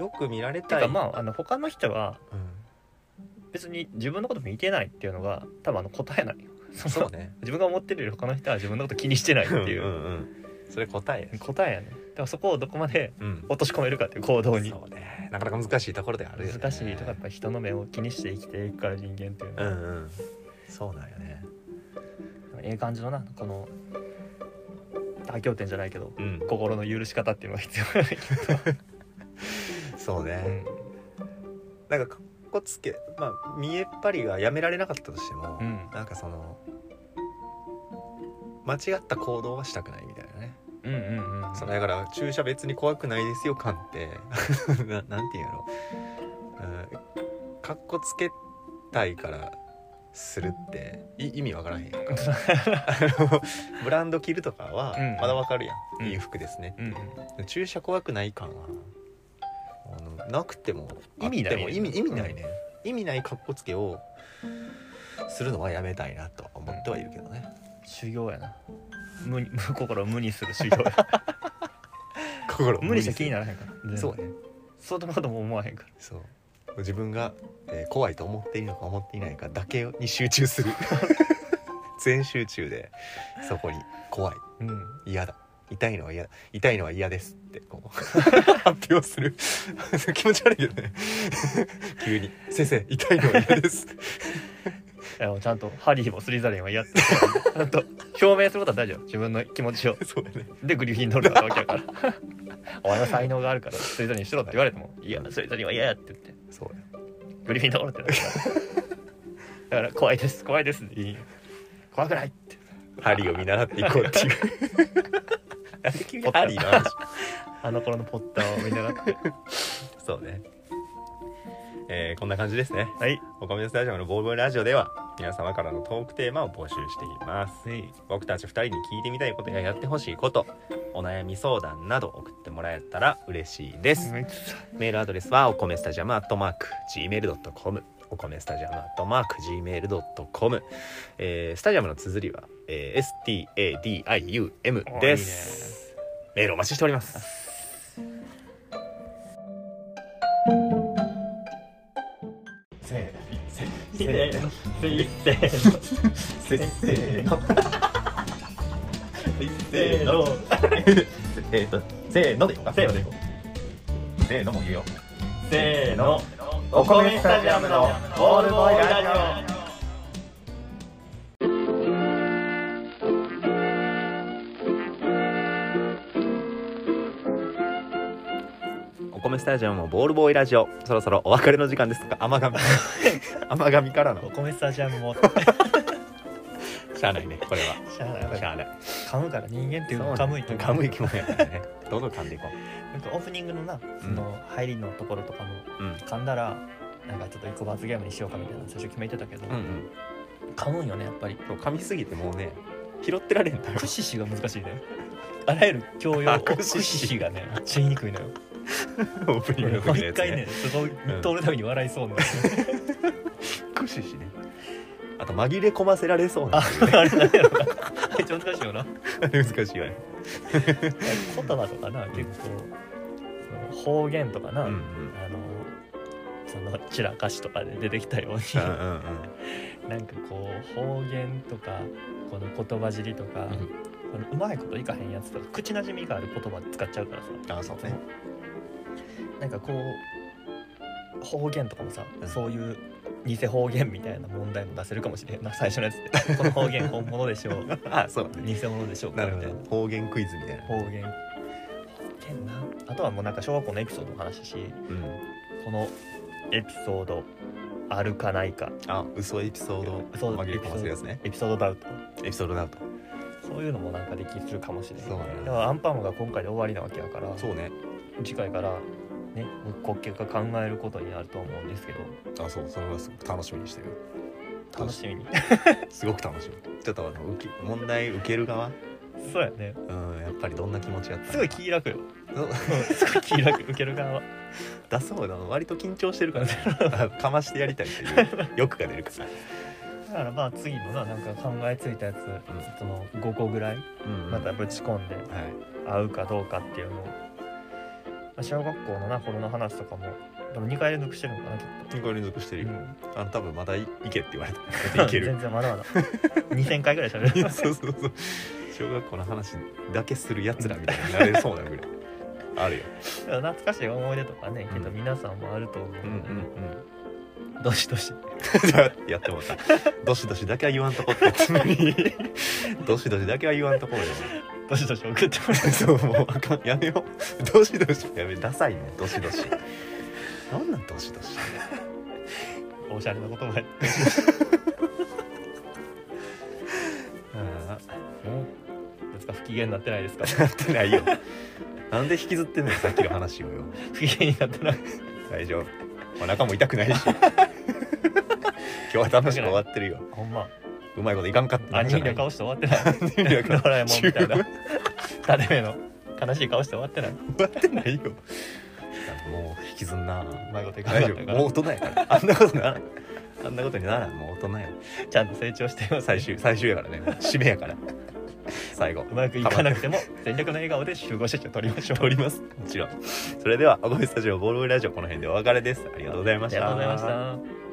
[SPEAKER 1] よく見られ
[SPEAKER 2] とて
[SPEAKER 1] た
[SPEAKER 2] か
[SPEAKER 1] い
[SPEAKER 2] まああの他の人は
[SPEAKER 1] うん、
[SPEAKER 2] 別に自分のこと見てないっていうのが多分あの答えないその
[SPEAKER 1] そうね
[SPEAKER 2] 自分が思ってるより他の人は自分のこと気にしてないって
[SPEAKER 1] うん
[SPEAKER 2] いう
[SPEAKER 1] うんうんそれ答えや
[SPEAKER 2] 答えやねだからそこをどこまで
[SPEAKER 1] うん
[SPEAKER 2] 落とし込めるかっていう行動に
[SPEAKER 1] そうねなかなか難しいところではあるよね
[SPEAKER 2] 難しいとかやっぱ人の目を気にして生きていくから人間っていうの
[SPEAKER 1] う
[SPEAKER 2] は、
[SPEAKER 1] んうんそうなんよね
[SPEAKER 2] ええ感じのなこの妥協点じゃないけど
[SPEAKER 1] うん
[SPEAKER 2] 心の許し方っていうのが必要だね
[SPEAKER 1] そう
[SPEAKER 2] う
[SPEAKER 1] ね、
[SPEAKER 2] ん
[SPEAKER 1] なんかかっこつけまあ見えっ張りがやめられなかったとしても、
[SPEAKER 2] うん
[SPEAKER 1] なんかその間違った行動はしたくないみたいなね、
[SPEAKER 2] うんうんうん
[SPEAKER 1] そのだから注射別に怖くないですよ感って ななんていうんやろうんかっこつけたいからするってい意味わからへんやんかあ のブランド着るとかは
[SPEAKER 2] うん
[SPEAKER 1] まだわかるやん、
[SPEAKER 2] うん
[SPEAKER 1] いい服ですね
[SPEAKER 2] うんうん
[SPEAKER 1] 注射怖くない感はあのなくても
[SPEAKER 2] 意味ない
[SPEAKER 1] あっても意味意味ないね、意味ないかっこつけをするのはやめたいなとは思ってはいるけどね、
[SPEAKER 2] 修行やな無に無 心を無にする修行や
[SPEAKER 1] 心を
[SPEAKER 2] 無理して気に
[SPEAKER 1] な
[SPEAKER 2] ならへんから
[SPEAKER 1] そうね
[SPEAKER 2] そんなことも思わへんから
[SPEAKER 1] そう自分が、えー怖いと思っているのか思っていないかだけに集中 する全集中でそこに怖い
[SPEAKER 2] うん
[SPEAKER 1] 嫌だ痛いのは嫌だ痛いのは嫌ですってこ う発表する 気持ち悪いけどね 急に「先生痛いのは嫌です」
[SPEAKER 2] いやちゃんとハリーもスリザリンはやってる ちゃんと表明することは大丈夫自分の気持ちを
[SPEAKER 1] そうだね。
[SPEAKER 2] でグリフィンドールだったわけやから お前は才能があるからスリザリンしろって言われても「いやスリザリンは嫌や」って言って
[SPEAKER 1] そうだね
[SPEAKER 2] グリフィンドールってなる からだから怖いです怖いですでいいよ怖くないって
[SPEAKER 1] ハリーを見習っていこうっていう。なんで君ハリーの話。
[SPEAKER 2] あの頃のポッターを見ながら
[SPEAKER 1] そうね。えーこんな感じですね。
[SPEAKER 2] はい
[SPEAKER 1] お米スタジオのボーボーラジオでは皆様からのトークテーマを募集しています。僕たち2人に聞いてみたいことややってほしいこと、お悩み相談など送ってもらえたら嬉しいです。メールアドレスはお米スタジアムアットマーク Gmail.com お米スタジアムアットマーク Gmail.com、えー、スタジアムの綴りは、えー STADIUM ですメールお待ちしております
[SPEAKER 5] せー
[SPEAKER 6] せーのせー
[SPEAKER 5] せーのせーのえーとせーのでいこうかせーのでいこうせーのも言うよ
[SPEAKER 6] せーの
[SPEAKER 5] お米スタジアムのボールボーイラジオ
[SPEAKER 1] お米スタジアムもボールボーイラジオそろそろお別れの時間ですとか甘 神甘神から
[SPEAKER 2] お
[SPEAKER 1] の
[SPEAKER 2] 米スタジアムもし
[SPEAKER 1] しゃあないねこれは
[SPEAKER 2] ゃあない
[SPEAKER 1] しゃあない
[SPEAKER 2] 噛むから人間っていうのは噛むいって
[SPEAKER 1] 噛む生き物やからねどんどん噛んでいこ
[SPEAKER 2] なんかオープニングのなその入りのところとかも
[SPEAKER 1] ううん
[SPEAKER 2] 噛んだらなんかちょっと一個罰ゲームにしようかみたいなの最初決めてたけど、
[SPEAKER 1] うんうん
[SPEAKER 2] 噛むんよねやっぱり
[SPEAKER 1] そう噛みすぎてもうね拾ってられんだよ
[SPEAKER 2] 駆使しが難しいねあらゆる教養
[SPEAKER 1] あ
[SPEAKER 2] を
[SPEAKER 1] 駆
[SPEAKER 2] 駆
[SPEAKER 1] 使し
[SPEAKER 2] 使しがねめっちゃ言いにくいのよ
[SPEAKER 1] オープニングの時の
[SPEAKER 2] 毎
[SPEAKER 1] やつね
[SPEAKER 2] 回ねそこ通るたびに笑いそうな、
[SPEAKER 1] 駆使しねあと紛れ込ませられそうな
[SPEAKER 2] あれなんやろなめっちゃ難しいよな
[SPEAKER 1] 難しいよね
[SPEAKER 2] 言葉とかな結構その方言とかな、
[SPEAKER 1] うんうん
[SPEAKER 2] あのその散らかしとかで出てきたように
[SPEAKER 1] うんうん
[SPEAKER 2] なんかこう方言とかこの言葉尻とか、
[SPEAKER 1] うん
[SPEAKER 2] こ のうまいこといかへんやつとか口なじみがある言葉使っちゃうからさ
[SPEAKER 1] うんあそう
[SPEAKER 2] ねなんかこう方言とかもさ、そういう偽方言みたいな問題も出せるかもしれんな最初のやつでこの方言本物でしょ う
[SPEAKER 1] あそうだね
[SPEAKER 2] 偽物でしょうか
[SPEAKER 1] な
[SPEAKER 2] み
[SPEAKER 1] るほ
[SPEAKER 2] たいな
[SPEAKER 1] ど方言クイズみたいな、
[SPEAKER 2] 方言方言なあとはもうなんか小学校のエピソードの話だし
[SPEAKER 1] うん、
[SPEAKER 2] このエピソードあるかないか
[SPEAKER 1] あ嘘エピソード
[SPEAKER 2] 嘘
[SPEAKER 1] 紛れ込ませるやつね
[SPEAKER 2] エピソードダウト
[SPEAKER 1] エピソードダウト
[SPEAKER 2] そういうのもなんかできるかもしれない
[SPEAKER 1] そうね
[SPEAKER 2] だからアンパンマンが今回で終わりなわけやから
[SPEAKER 1] そうね
[SPEAKER 2] 次回からね国家が考えることになると思うんですけど
[SPEAKER 1] あそうそれはすごく楽しみにしてる
[SPEAKER 2] 楽しみに
[SPEAKER 1] すごく楽しみちょっとあの受け問題受ける側
[SPEAKER 2] そうやね
[SPEAKER 1] うんやっぱりどんな気持ちやったのか
[SPEAKER 2] すごい気楽よ
[SPEAKER 1] そう
[SPEAKER 2] うん すごい気楽受ける側は
[SPEAKER 1] 出そうなの割と緊張してる から、ね、かましてやりたいっていう欲が出る から、
[SPEAKER 2] だからまあ次のななんか考えついたやつ、その5個ぐらい
[SPEAKER 1] うん
[SPEAKER 2] またぶち込んで
[SPEAKER 1] はい
[SPEAKER 2] 合うかどうかっていうのを、まあ小学校のな頃の話とかもでも2回連続してるのかなきっ
[SPEAKER 1] 2回連続して
[SPEAKER 2] と、
[SPEAKER 1] るよ、
[SPEAKER 2] うん
[SPEAKER 1] あの多分まだい行けって言われた絶対行ける
[SPEAKER 2] 全然まだまだ 2000回ぐらいしゃべる
[SPEAKER 1] そうそう そう小学校の話だけするやつらみたいになれそうなぐらいあるよ
[SPEAKER 2] 懐かしい思い出とかねきっと
[SPEAKER 1] うん
[SPEAKER 2] 皆さんもあると思うの
[SPEAKER 1] うん
[SPEAKER 2] で、
[SPEAKER 1] うんうん
[SPEAKER 2] どしどし
[SPEAKER 1] じゃあやってもらったどしどしだけは言わんとこってやつにどしどしだけは言わんとこよ
[SPEAKER 2] どしどし送って もらっ て
[SPEAKER 1] そうもうあかんやめようどしどしやめダサいねどしどしなんなんどしど し
[SPEAKER 2] おしゃれな言葉や
[SPEAKER 1] あ
[SPEAKER 2] もういつか不機嫌になってないですか
[SPEAKER 1] あ なってないよなんで引きずってんのよさっきの話をよ
[SPEAKER 2] 不機嫌になってない
[SPEAKER 1] 大丈夫お腹も痛く ないし今日は楽しく終わってるよ
[SPEAKER 2] ほんま
[SPEAKER 1] うまいこといかんかった
[SPEAKER 2] アニメの顔して終わってな いドラえもんみたいな
[SPEAKER 1] 終
[SPEAKER 2] タレ目の悲しい顔して終わってない
[SPEAKER 1] わってないよもう引きずんな
[SPEAKER 2] うまいこといかな
[SPEAKER 1] 大
[SPEAKER 2] か
[SPEAKER 1] 丈夫
[SPEAKER 2] ったか
[SPEAKER 1] もう大
[SPEAKER 2] ら
[SPEAKER 1] 人やからあんなことならんあんなことにならんもう大人や
[SPEAKER 2] ちゃんと成長してよ
[SPEAKER 1] 最終最終やからね締めやから最後
[SPEAKER 2] うまくいかなくても全力の笑顔で集合写真を撮りましょう
[SPEAKER 1] おりますもちろんそれでは「おごめスタジオボールボーイラジオ」この辺でお別れですありがとうございま
[SPEAKER 2] あ
[SPEAKER 1] し
[SPEAKER 2] りがとうございました